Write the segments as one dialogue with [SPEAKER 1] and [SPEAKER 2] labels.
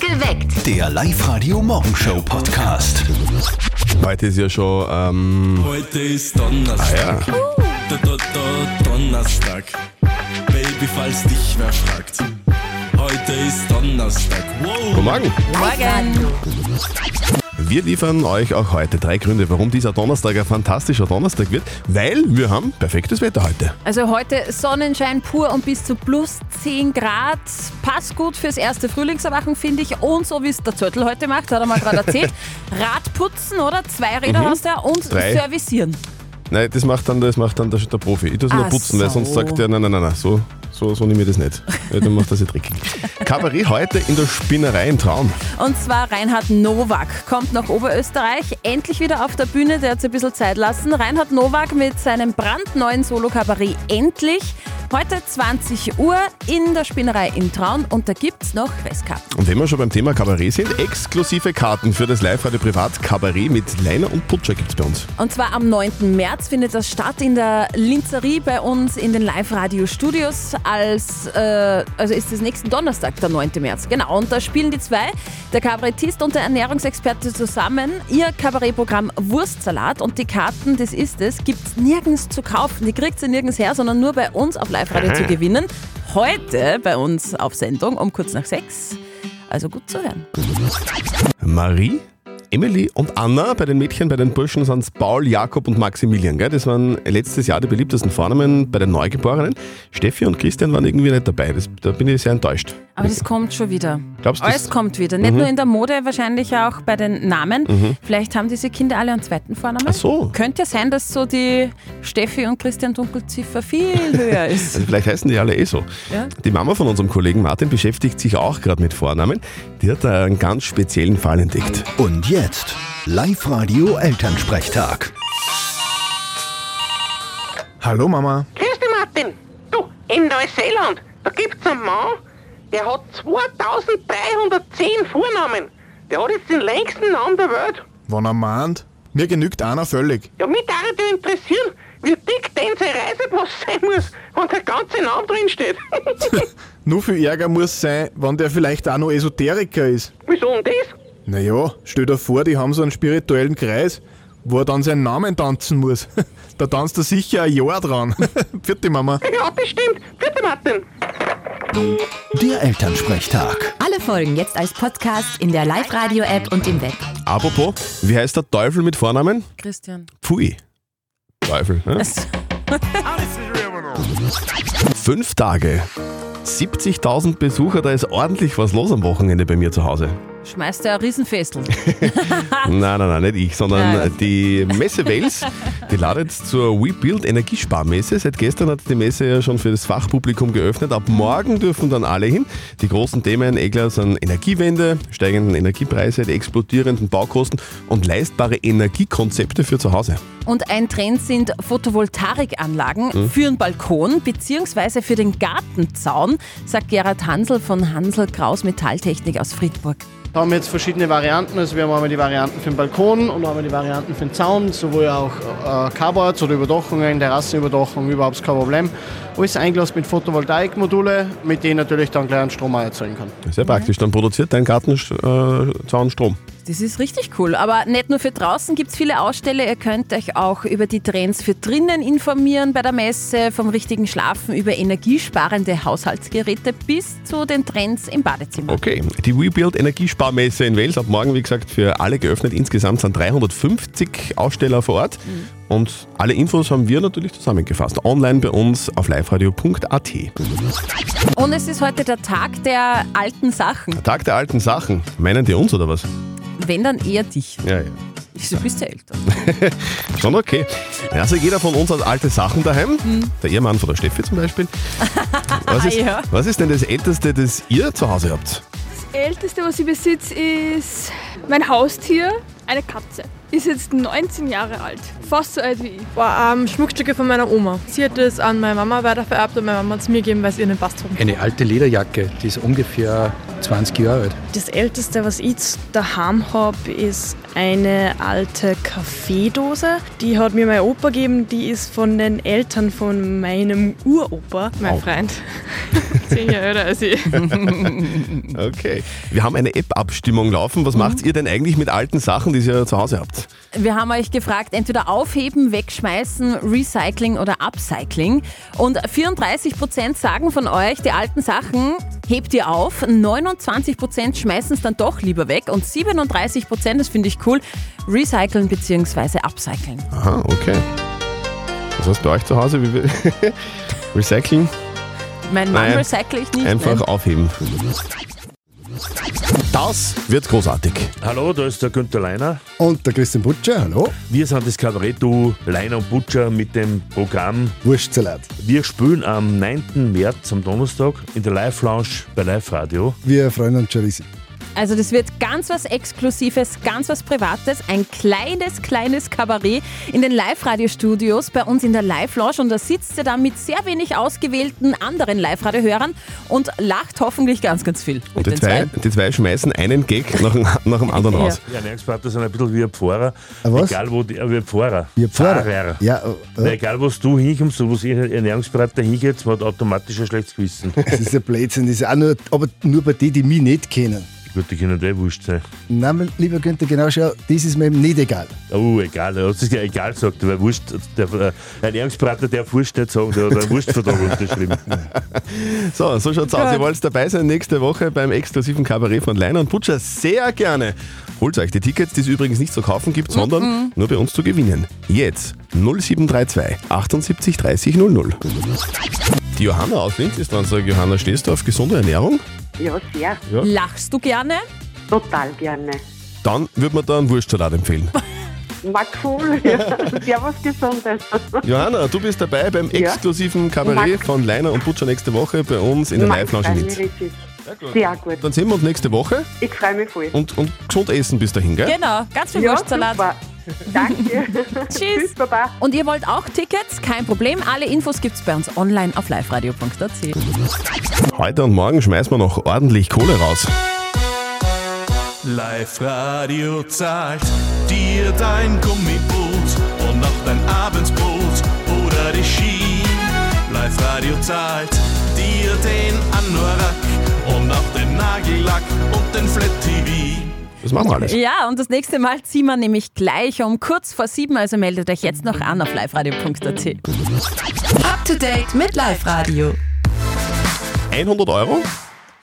[SPEAKER 1] Geweckt.
[SPEAKER 2] Der Live-Radio-Morgenshow-Podcast.
[SPEAKER 3] Heute ist ja schon, ähm,
[SPEAKER 4] Heute ist Donnerstag.
[SPEAKER 5] Ah,
[SPEAKER 4] Da, da, da, Donnerstag. Baby, falls dich wer fragt. Heute ist Donnerstag.
[SPEAKER 3] guten
[SPEAKER 4] Wow.
[SPEAKER 3] Morgen.
[SPEAKER 6] Morgen.
[SPEAKER 3] Wir liefern euch auch heute drei Gründe, warum dieser Donnerstag ein fantastischer Donnerstag wird, weil wir haben perfektes Wetter heute.
[SPEAKER 6] Also heute Sonnenschein pur und bis zu plus 10 Grad. Passt gut fürs erste Frühlingserwachen, finde ich. Und so wie es der Zöttl heute macht, hat er mal gerade erzählt. Radputzen, oder? Zwei Räder hast du ja und
[SPEAKER 3] Drei.
[SPEAKER 6] servicieren.
[SPEAKER 3] Nein, das macht dann, das macht dann der, der Profi. Ich tue es nur
[SPEAKER 6] Ach
[SPEAKER 3] putzen, weil sonst
[SPEAKER 6] so.
[SPEAKER 3] sagt er, nein, nein, nein, nein, so, so, so nehme ich das nicht. Ja, dann macht das ja dreckig. Kabarett heute in der Spinnerei im Traum.
[SPEAKER 6] Und zwar Reinhard Nowak kommt nach Oberösterreich, endlich wieder auf der Bühne, der hat sich ein bisschen Zeit lassen. Reinhard Nowak mit seinem brandneuen Solo-Kabarett Endlich. Heute 20 Uhr in der Spinnerei in Traun und da gibt's noch Festkarten.
[SPEAKER 3] Und wenn wir schon beim Thema Kabarett sind, exklusive Karten für das Live-Radio Privat-Kabarett mit Leiner und Putscher gibt's bei uns.
[SPEAKER 6] Und zwar am 9. März findet das statt in der Linzerie bei uns in den Live-Radio-Studios. Als, äh, also ist es nächsten Donnerstag, der 9. März. Genau, und da spielen die zwei, der Kabarettist und der Ernährungsexperte zusammen, ihr Kabarettprogramm Wurstsalat. Und die Karten, das ist es, gibt es nirgends zu kaufen. Die kriegt ihr nirgends her, sondern nur bei uns auf Live-Radio zu gewinnen. Heute bei uns auf Sendung um kurz nach sechs. Also gut zu hören.
[SPEAKER 3] Marie, Emily und Anna. Bei den Mädchen, bei den Burschen sind es Paul, Jakob und Maximilian. Gell? Das waren letztes Jahr die beliebtesten Vornamen bei den Neugeborenen. Steffi und Christian waren irgendwie nicht dabei. Das, da bin ich sehr enttäuscht.
[SPEAKER 6] Aber das kommt schon wieder.
[SPEAKER 3] Glaubst du, das- Mhm.
[SPEAKER 6] Alles kommt wieder. Nicht nur in der Mode, wahrscheinlich auch bei den Namen. Vielleicht haben diese Kinder alle einen zweiten Vornamen.
[SPEAKER 3] Ach so.
[SPEAKER 6] Könnte ja sein, dass so die Steffi und Christian Dunkelziffer viel höher ist.
[SPEAKER 3] Also vielleicht heißen die alle eh so.
[SPEAKER 6] Ja.
[SPEAKER 3] Die Mama von unserem Kollegen Martin beschäftigt sich auch gerade mit Vornamen. Die hat da einen ganz speziellen Fall entdeckt.
[SPEAKER 2] Und jetzt Live-Radio Elternsprechtag.
[SPEAKER 7] Hallo Mama.
[SPEAKER 8] Grüß dich, Martin. Du, in Neuseeland, da gibt's einen Mann, der hat 2310 Vornamen. Der hat jetzt den längsten Namen der Welt.
[SPEAKER 7] Wann er meint? Mir genügt einer völlig.
[SPEAKER 8] Ja, mich würde dich interessieren, wie dick denn sein Reisepass sein muss, wenn der ganze Name drinsteht.
[SPEAKER 7] Nur viel Ärger muss sein, wenn der vielleicht auch noch Esoteriker ist.
[SPEAKER 8] Wieso denn das?
[SPEAKER 7] Naja, stell dir vor, die haben so einen spirituellen Kreis, wo er dann seinen Namen tanzen muss. Da tanzt er sicher ein Jahr dran. Vierte Mama.
[SPEAKER 8] Ja, das stimmt. Bitte, Martin.
[SPEAKER 2] Der Elternsprechtag.
[SPEAKER 9] Alle Folgen jetzt als Podcast in der Live-Radio-App und im Web.
[SPEAKER 3] Apropos, wie heißt der Teufel mit Vornamen?
[SPEAKER 6] Christian.
[SPEAKER 3] Pfui. Teufel. Ne? Fünf Tage. 70.000 Besucher, da ist ordentlich was los am Wochenende bei mir zu Hause.
[SPEAKER 6] Schmeißt er ein Riesenfestel.
[SPEAKER 3] Nein, nein, nein, nicht ich, sondern
[SPEAKER 6] Nein.
[SPEAKER 3] die Messe Wales, die ladet zur WeBuild Energiesparmesse. Seit gestern hat die Messe ja schon für das Fachpublikum geöffnet. Ab morgen dürfen dann alle hin. Die großen Themen, eh klar, sind Energiewende, steigenden Energiepreise, die explodierenden Baukosten und leistbare Energiekonzepte für zu Hause.
[SPEAKER 6] Und ein Trend sind Photovoltaikanlagen
[SPEAKER 3] Mhm.
[SPEAKER 6] für den Balkon bzw. für den Gartenzaun, sagt Gerhard Hansel von Hansel Kraus Metalltechnik aus Friedburg.
[SPEAKER 10] Da haben wir jetzt verschiedene Varianten. Also wir haben einmal die Varianten für den Balkon und einmal die Varianten für den Zaun, sowohl auch äh, Coverts oder Überdachungen, Terrassenüberdachung, überhaupt kein Problem. Alles eingelassen mit Photovoltaikmodule, mit denen natürlich dann gleich einen Strom auch erzeugen kann.
[SPEAKER 3] Sehr praktisch, dann produziert dein Gartenzaun äh, Zaun Strom.
[SPEAKER 6] Das ist richtig cool. Aber nicht nur für draußen gibt es viele Aussteller. Ihr könnt euch auch über die Trends für drinnen informieren bei der Messe, vom richtigen Schlafen über energiesparende Haushaltsgeräte bis zu den Trends im Badezimmer.
[SPEAKER 3] Okay, die WeBuild Energiesparmesse in Wales ab morgen, wie gesagt, für alle geöffnet. Insgesamt sind 350 Aussteller vor Ort. Und alle Infos haben wir natürlich zusammengefasst. Online bei uns auf liveradio.at.
[SPEAKER 6] Und es ist heute der Tag der alten Sachen.
[SPEAKER 3] Tag der alten Sachen. Meinen die uns oder was?
[SPEAKER 6] Wenn dann eher dich.
[SPEAKER 3] Ja, ja.
[SPEAKER 6] Du bist ja älter.
[SPEAKER 3] Schon okay. Also jeder von uns hat alte Sachen daheim. Der Ehemann von der Steffi zum Beispiel. Was ist,
[SPEAKER 6] Ja.
[SPEAKER 3] was ist denn das Älteste, das ihr zu Hause habt?
[SPEAKER 11] älteste, was ich besitze, ist mein Haustier, eine Katze. Ist jetzt 19 Jahre alt. Fast so alt wie ich. War ähm, Schmuckstücke von meiner Oma. Sie hat es an meine Mama weitervererbt und meine Mama hat es mir gegeben, weil es ihr nicht passt hat.
[SPEAKER 12] Eine alte Lederjacke, die ist ungefähr
[SPEAKER 1] 20 Jahre alt.
[SPEAKER 12] Das älteste, was ich jetzt daheim habe, ist eine alte Kaffeedose. Die hat mir mein Opa gegeben. Die ist von den Eltern von meinem Uropa.
[SPEAKER 11] Mein Freund. Zehn Jahre älter als ich.
[SPEAKER 3] okay. Wir haben eine App-Abstimmung laufen. Was macht ihr denn eigentlich mit alten Sachen, die ihr zu Hause habt?
[SPEAKER 6] Wir haben euch gefragt, entweder aufheben, wegschmeißen, Recycling oder Upcycling. Und 34% sagen von euch, die alten Sachen hebt ihr auf. 29% schmeißen es dann doch lieber weg. Und 37%, das finde ich cool, recyceln bzw. upcyclen.
[SPEAKER 3] Aha, Ah, okay. Was heißt bei euch zu Hause? Wie wir- Recycling?
[SPEAKER 6] Mein Mann
[SPEAKER 3] Nein,
[SPEAKER 6] recycle ich nicht.
[SPEAKER 3] Einfach aufheben. Das wird großartig.
[SPEAKER 5] Hallo, da ist der Günther Leiner.
[SPEAKER 13] Und der Christian Butcher, hallo.
[SPEAKER 5] Wir sind das Kabarett-Duo Leiner und Butcher mit dem Programm Wurstsalat. Wir spielen am 9. März, am Donnerstag, in der Live-Lounge bei Live Radio.
[SPEAKER 13] Wir freuen uns schon riesig.
[SPEAKER 6] Also das wird ganz was Exklusives, ganz was Privates, ein kleines, kleines Kabarett in den Live-Radio-Studios bei uns in der Live-Lounge und da sitzt ihr dann mit sehr wenig ausgewählten anderen Live-Radio-Hörern und lacht hoffentlich ganz, ganz viel.
[SPEAKER 3] Und die zwei, die zwei schmeißen einen Gag nach, dem- nach dem anderen raus.
[SPEAKER 5] Ja, Ernährungsberater sind ein bisschen wie ein Pfarrer.
[SPEAKER 13] was?
[SPEAKER 5] Egal wo, die- äh, wie ein Pfarrer.
[SPEAKER 13] Wie ein Pfarrer?
[SPEAKER 5] Pfarrer.
[SPEAKER 13] Ja, äh,
[SPEAKER 5] Na, egal, wo du hinkommst, wo sie Ernährungsberater hingeht, man hat automatisch ein schlechtes Gewissen.
[SPEAKER 13] Das äh, ist ja Blödsinn, das ist auch nur, aber nur bei denen, die mich nicht kennen.
[SPEAKER 5] Gut, die können eh wurscht sein.
[SPEAKER 13] Nein, mein lieber Günther, genau schau, das ist mir eben nicht egal.
[SPEAKER 5] Oh, egal, er hat sich ja egal gesagt, weil Wurst, der, äh, ein Ernährungsberater darf Wurst nicht sagen, der hat einen Wurstvertrag unterschrieben.
[SPEAKER 3] So, so schaut's aus. Ihr wollt dabei sein nächste Woche beim exklusiven Kabarett von Leiner und Butcher? Sehr gerne. Holt euch die Tickets, die es übrigens nicht zu kaufen gibt, sondern
[SPEAKER 2] Mhm.
[SPEAKER 3] nur bei uns zu gewinnen. Jetzt 0732 78 30 00. Die Johanna aus Linz ist dran. Sag, Johanna, stehst du auf gesunde Ernährung?
[SPEAKER 14] Ja, sehr.
[SPEAKER 3] Ja.
[SPEAKER 6] Lachst du gerne?
[SPEAKER 14] Total gerne.
[SPEAKER 3] Dann würde man da einen Wurstsalat empfehlen.
[SPEAKER 14] War cool. Ja, sehr was Gesundes.
[SPEAKER 3] Johanna, du bist dabei beim exklusiven Kabarett
[SPEAKER 14] Mag.
[SPEAKER 3] von Leiner und Butcher nächste Woche bei uns in der
[SPEAKER 14] Mag,
[SPEAKER 3] Live-Lounge in
[SPEAKER 14] freu
[SPEAKER 3] Linz.
[SPEAKER 14] mich richtig. Sehr gut.
[SPEAKER 3] Dann sehen wir uns nächste Woche
[SPEAKER 14] Ich freue mich voll.
[SPEAKER 3] und, und gesund essen bis dahin, gell?
[SPEAKER 6] Genau, ganz viel
[SPEAKER 14] Ja,
[SPEAKER 6] Wurstsalat.
[SPEAKER 14] super. Danke.
[SPEAKER 6] Tschüss.
[SPEAKER 14] Baba.
[SPEAKER 6] Und ihr wollt auch Tickets? Kein Problem. Alle Infos gibt's bei uns online auf liveradio.at.
[SPEAKER 3] Heute und morgen schmeißen wir noch ordentlich Kohle raus.
[SPEAKER 4] Live Radio zahlt dir dein Gummiboot und auch dein Abendsbrot oder die Ski. Live Radio zahlt dir den Anorak und auch den Nagellack und den Flat TV.
[SPEAKER 3] Das machen wir alles.
[SPEAKER 6] Ja, und das nächste Mal ziehen wir nämlich gleich um kurz vor sieben, also meldet euch jetzt noch an auf liveradio.at.
[SPEAKER 9] Up to date mit Live Radio.
[SPEAKER 3] 100 Euro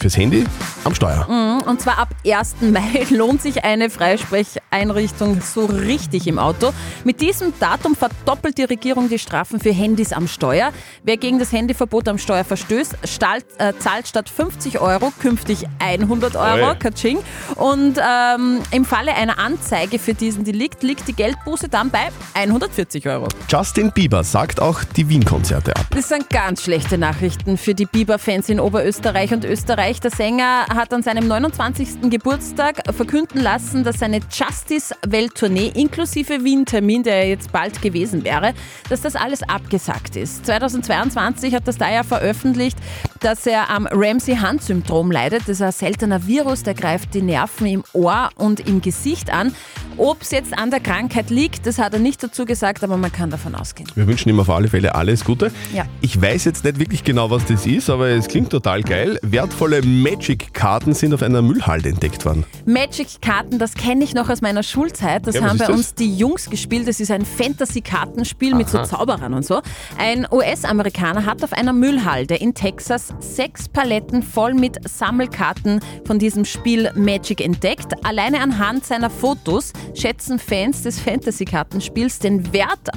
[SPEAKER 3] fürs Handy am Steuer.
[SPEAKER 6] Mhm, Und zwar ab 1. Mai lohnt sich eine Freisprecheinrichtung so richtig im Auto. Mit diesem Datum verdoppelt die Regierung die Strafen für Handys am Steuer. Wer gegen das Handyverbot am Steuer verstößt, stahlt, äh, zahlt statt 50 Euro künftig 100 Euro.
[SPEAKER 15] Oi.
[SPEAKER 6] Katsching. Und ähm, im Falle einer Anzeige für diesen Delikt liegt die Geldbuße dann bei 140 Euro.
[SPEAKER 3] Justin Bieber sagt auch die Wien-Konzerte ab.
[SPEAKER 6] Das sind ganz schlechte Nachrichten für die Bieber-Fans in Oberösterreich und Österreich. Der Sänger hat an seinem 29. Geburtstag verkünden lassen, dass seine Justice-Welttournee inklusive Wien-Termin, der jetzt bald gewesen wäre, dass das alles abgesagt ist. 2022 hat das da ja veröffentlicht, dass er am Ramsey-Hunt-Syndrom leidet. Das ist ein seltener Virus, der greift die Nerven im Ohr und im Gesicht an. Ob es jetzt an der Krankheit liegt, das hat er nicht dazu gesagt, aber man kann davon ausgehen.
[SPEAKER 3] Wir wünschen ihm auf alle Fälle alles Gute.
[SPEAKER 6] Ja.
[SPEAKER 3] Ich weiß jetzt nicht wirklich genau, was das ist, aber es klingt total geil. Wertvolle Magic-Karten sind auf einer Müllhalde entdeckt worden.
[SPEAKER 6] Magic-Karten, das kenne ich noch aus meiner Schulzeit. Das
[SPEAKER 3] Ja, was
[SPEAKER 6] haben
[SPEAKER 3] ist
[SPEAKER 6] bei
[SPEAKER 3] das?
[SPEAKER 6] uns die Jungs gespielt. Das ist ein Fantasy-Kartenspiel mit so
[SPEAKER 3] Aha.
[SPEAKER 6] Zauberern und so. Ein US-Amerikaner hat auf einer Müllhalde in Texas sechs Paletten voll mit Sammelkarten von diesem Spiel Magic entdeckt. Alleine anhand seiner Fotos schätzen Fans des Fantasy-Kartenspiels den Wert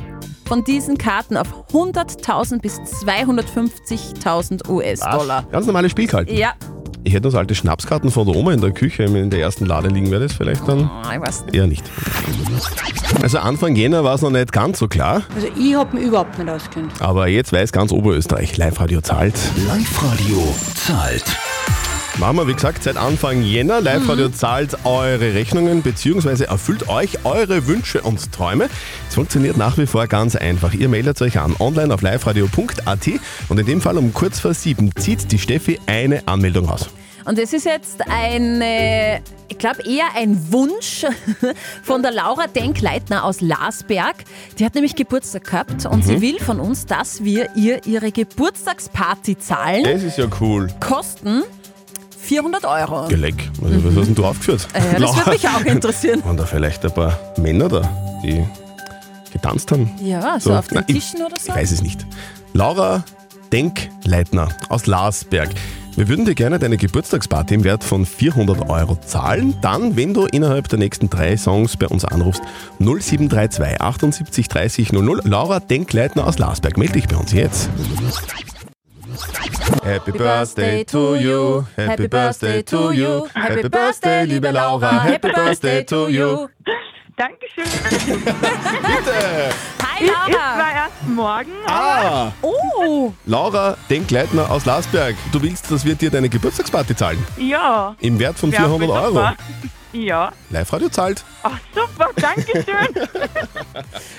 [SPEAKER 6] von diesen Karten auf 100.000 bis 250.000 US-Dollar.
[SPEAKER 3] Ganz normale Spielkarten.
[SPEAKER 6] Ja,
[SPEAKER 3] Ich hätte noch so alte Schnapskarten von der Oma in der Küche in der ersten Lade liegen, wäre das vielleicht dann
[SPEAKER 6] Ah, ich weiß
[SPEAKER 3] eher nicht. Also Anfang Jänner war es noch nicht ganz so klar,
[SPEAKER 16] Also ich hab mich überhaupt nicht auskennt.
[SPEAKER 3] aber jetzt weiß ganz Oberösterreich, Live-Radio zahlt.
[SPEAKER 2] Live-Radio zahlt.
[SPEAKER 3] Machen wir, wie gesagt, seit Anfang Jänner. Live-Radio zahlt eure Rechnungen bzw. erfüllt euch eure Wünsche und Träume. Es funktioniert nach wie vor ganz einfach. Ihr meldet euch an online auf liveradio.at und in dem Fall um kurz vor sieben zieht die Steffi eine Anmeldung raus.
[SPEAKER 6] Und das ist jetzt eine, ich glaube eher ein Wunsch von der Laura Denkleitner aus Larsberg. Die hat nämlich Geburtstag gehabt und
[SPEAKER 3] Mhm.
[SPEAKER 6] sie will von uns, dass wir ihr ihre Geburtstagsparty zahlen.
[SPEAKER 3] Das ist ja cool.
[SPEAKER 6] Kosten 400 Euro.
[SPEAKER 3] Geleck. Also, was hast denn du aufgeführt?
[SPEAKER 6] Äh, das würde mich auch interessieren.
[SPEAKER 3] Waren da vielleicht ein paar Männer da, die getanzt haben?
[SPEAKER 6] Ja, so auf den
[SPEAKER 3] Nein, ich-
[SPEAKER 6] Tischen oder so?
[SPEAKER 3] Ich weiß es nicht. Laura Denkleitner aus Larsberg. Wir würden dir gerne deine Geburtstagsparty im Wert von 400 Euro zahlen. Dann, wenn du innerhalb der nächsten drei Songs bei uns anrufst, 0732 78 30 00. Laura Denkleitner aus Larsberg, melde dich bei uns jetzt. Happy
[SPEAKER 6] Birthday to you, Happy Birthday to you, Happy Birthday, liebe Laura, Happy Birthday to you.
[SPEAKER 14] Dankeschön.
[SPEAKER 6] Hi,
[SPEAKER 14] Ich, ich
[SPEAKER 6] Laura.
[SPEAKER 14] war erst morgen.
[SPEAKER 3] Ah,
[SPEAKER 6] Oh,
[SPEAKER 3] Laura Denkleitner aus Larsberg, du willst, dass wir dir deine Geburtstagsparty zahlen?
[SPEAKER 14] ja.
[SPEAKER 3] Im Wert von
[SPEAKER 14] Ja,
[SPEAKER 3] 400
[SPEAKER 14] bin
[SPEAKER 3] Euro.
[SPEAKER 14] super. Ja.
[SPEAKER 3] Live-Radio zahlt.
[SPEAKER 14] Ach, super, danke schön.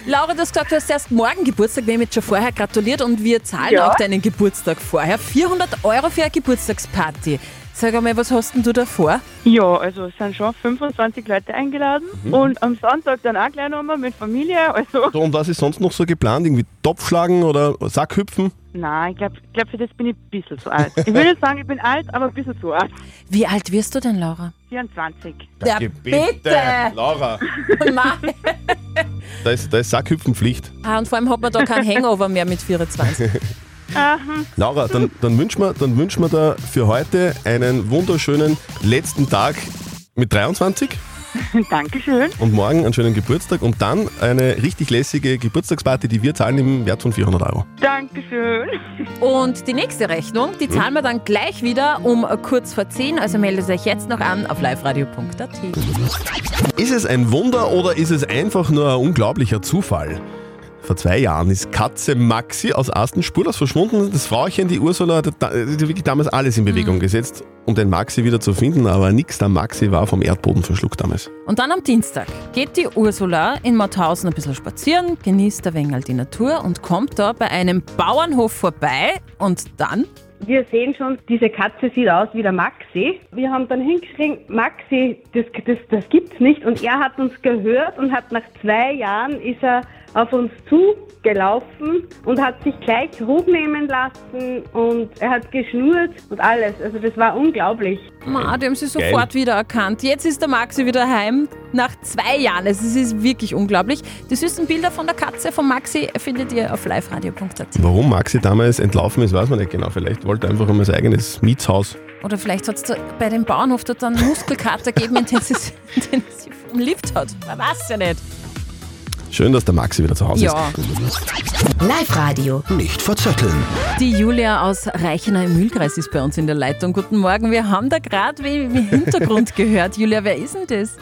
[SPEAKER 6] Laura, du hast gesagt, du hast erst morgen Geburtstag. Wir haben jetzt schon vorher gratuliert und wir zahlen
[SPEAKER 14] Ja.
[SPEAKER 6] auch deinen Geburtstag vorher. 400 Euro für eine Geburtstagsparty. Sag einmal, was hast denn du da vor?
[SPEAKER 14] ja, also es sind schon 25 Leute eingeladen
[SPEAKER 3] Mhm.
[SPEAKER 14] und am Sonntag dann auch gleich nochmal mit Familie. Also,
[SPEAKER 3] So, und was ist sonst noch so geplant? Irgendwie Topfschlagen oder Sackhüpfen?
[SPEAKER 14] nein, ich glaube, glaub, für das bin ich ein bisschen zu alt. Ich würde sagen, ich bin alt, aber ein bisschen zu alt.
[SPEAKER 6] Wie alt wirst du denn, Laura?
[SPEAKER 14] 24.
[SPEAKER 6] Ja, bitte.
[SPEAKER 3] Laura, da ist, da ist Sackhüpfen Pflicht.
[SPEAKER 6] Ah, und vor allem hat man da kein Hangover mehr mit 24.
[SPEAKER 3] Laura, dann, dann wünschen wir dann wünsch mir da für heute einen wunderschönen letzten Tag mit 23
[SPEAKER 14] Dankeschön.
[SPEAKER 3] und morgen einen schönen Geburtstag und dann eine richtig lässige Geburtstagsparty, die wir zahlen im Wert von 400 Euro.
[SPEAKER 14] Dankeschön.
[SPEAKER 6] Und die nächste Rechnung, die zahlen wir dann gleich wieder um kurz vor 10. Also meldet euch jetzt noch an auf liveradio.at.
[SPEAKER 3] Ist es ein Wunder oder ist es einfach nur ein unglaublicher Zufall? Vor zwei Jahren ist Katze Maxi aus Astenspur das verschwunden. Das Frauchen, die Ursula, hat da- die hat wirklich damals alles in Bewegung gesetzt, um den Maxi wieder zu finden, aber nichts der Maxi war vom Erdboden verschluckt damals.
[SPEAKER 6] Und dann am Dienstag geht die Ursula in Mauthausen ein bisschen spazieren, genießt ein wenig die Natur und kommt da bei einem Bauernhof vorbei und dann
[SPEAKER 1] Wir sehen schon, diese Katze sieht aus wie der Maxi. Wir haben dann hingeschrieben, Maxi, das, das, das gibt's nicht. Und er hat uns gehört und hat nach zwei Jahren ist er auf uns zugelaufen und hat sich gleich hochnehmen lassen und er hat geschnurrt und alles. Also das war unglaublich.
[SPEAKER 6] Ma, die haben sie
[SPEAKER 1] Geil.
[SPEAKER 6] sofort wieder erkannt. Jetzt ist der Maxi wieder heim nach zwei Jahren. Also es ist wirklich unglaublich. Die süßen Bilder von der Katze von Maxi findet ihr auf liveradio.at.
[SPEAKER 3] Warum Maxi damals entlaufen ist, weiß man nicht genau. Vielleicht wollte er einfach um sein eigenes Mietshaus.
[SPEAKER 6] Oder vielleicht hat es bei dem Bauernhof dort einen Muskelkater gegeben, in den sie, den sie vom Lift hat. Man weiß ja nicht.
[SPEAKER 3] Schön, dass der Maxi wieder zu Hause
[SPEAKER 6] Ja.
[SPEAKER 3] ist.
[SPEAKER 6] Live Radio.
[SPEAKER 2] Nicht verzetteln.
[SPEAKER 6] Die Julia aus Reichenau im Mühlkreis ist bei uns in der Leitung. Guten Morgen, wir haben da gerade wie im Hintergrund gehört. Julia, wer ist denn das?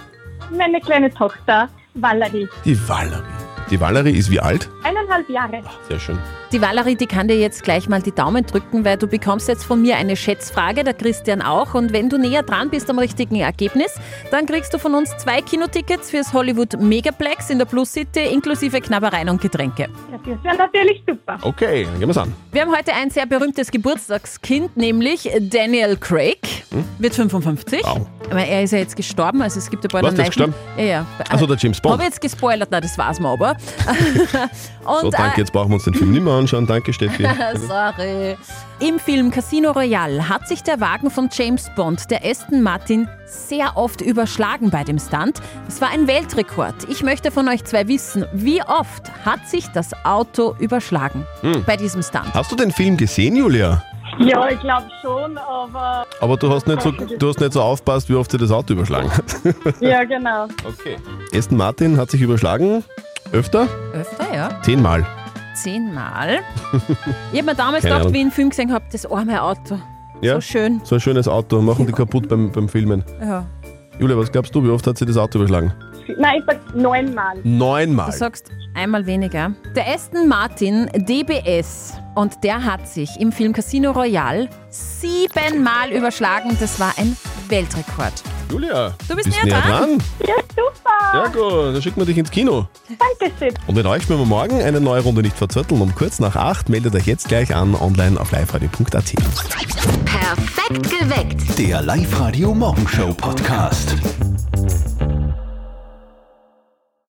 [SPEAKER 15] Meine kleine Tochter, Valerie,
[SPEAKER 3] Die Valerie. Die Valerie ist wie alt?
[SPEAKER 15] eineinhalb Jahre.
[SPEAKER 3] Sehr schön.
[SPEAKER 6] Die Valerie, die kann dir jetzt gleich mal die Daumen drücken, weil du bekommst jetzt von mir eine Schätzfrage, der Christian auch. Und wenn du näher dran bist am richtigen Ergebnis, dann kriegst du von uns zwei Kinotickets fürs Hollywood Megaplex in der Plus City inklusive Knabbereien und Getränke.
[SPEAKER 15] Das wäre natürlich super.
[SPEAKER 3] Okay, dann gehen wir's an.
[SPEAKER 6] Wir haben heute ein sehr berühmtes Geburtstagskind, nämlich Daniel Craig. Wird 55.
[SPEAKER 3] Wow.
[SPEAKER 6] Aber er ist ja jetzt gestorben, also es gibt ja bald
[SPEAKER 3] Was,
[SPEAKER 6] einen
[SPEAKER 3] der ist
[SPEAKER 6] Leichen-
[SPEAKER 3] gestorben?
[SPEAKER 6] Ja, ja.
[SPEAKER 3] Also der James Bond.
[SPEAKER 6] Habe ich jetzt gespoilert, nein, das war's mal aber. Und,
[SPEAKER 3] so, danke,
[SPEAKER 6] äh,
[SPEAKER 3] jetzt brauchen wir uns den Film nicht mehr anschauen. Danke, Steffi.
[SPEAKER 6] Sorry. Im Film Casino Royale hat sich der Wagen von James Bond, der Aston Martin, sehr oft überschlagen bei dem Stunt. Es war ein Weltrekord. Ich möchte von euch zwei wissen, wie oft hat sich das Auto überschlagen
[SPEAKER 3] Hm.
[SPEAKER 6] bei diesem Stunt?
[SPEAKER 3] Hast du den Film gesehen, Julia?
[SPEAKER 15] Ja, ich glaube schon, aber.
[SPEAKER 3] Aber du hast nicht so, du hast nicht so aufpasst, wie oft dir das Auto überschlagen hat.
[SPEAKER 15] Ja, genau.
[SPEAKER 3] Okay. Aston Martin hat sich überschlagen. Öfter?
[SPEAKER 6] Öfter, ja.
[SPEAKER 3] Zehnmal.
[SPEAKER 6] Zehnmal. Ich habe mir damals
[SPEAKER 3] Keine
[SPEAKER 6] gedacht,
[SPEAKER 3] Ahnung.
[SPEAKER 6] wie ich einen Film gesehen habe, das arme Auto.
[SPEAKER 3] Ja?
[SPEAKER 6] So schön.
[SPEAKER 3] So ein schönes Auto. Machen die kaputt beim, beim Filmen.
[SPEAKER 6] Ja.
[SPEAKER 3] Julia, was glaubst du, wie oft hat sie das Auto überschlagen?
[SPEAKER 15] Nein, ich sag neunmal.
[SPEAKER 3] Neunmal.
[SPEAKER 6] Du sagst einmal weniger. Der Aston Martin DBS und der hat sich im Film Casino Royale siebenmal überschlagen. Das war ein Weltrekord.
[SPEAKER 3] Julia,
[SPEAKER 6] Du bist
[SPEAKER 3] bist
[SPEAKER 6] näher
[SPEAKER 3] näher
[SPEAKER 6] dran.
[SPEAKER 3] dran.
[SPEAKER 15] Ja,
[SPEAKER 3] Ja
[SPEAKER 15] super.
[SPEAKER 3] gut, dann schicken wir dich ins Kino.
[SPEAKER 15] Dankeschön.
[SPEAKER 3] Und mit euch spielen wir morgen eine neue Runde nicht verzötteln. Um kurz nach acht meldet euch jetzt gleich an online auf liveradio.at.
[SPEAKER 9] Perfekt geweckt.
[SPEAKER 2] Der Live-Radio Morgenshow Podcast.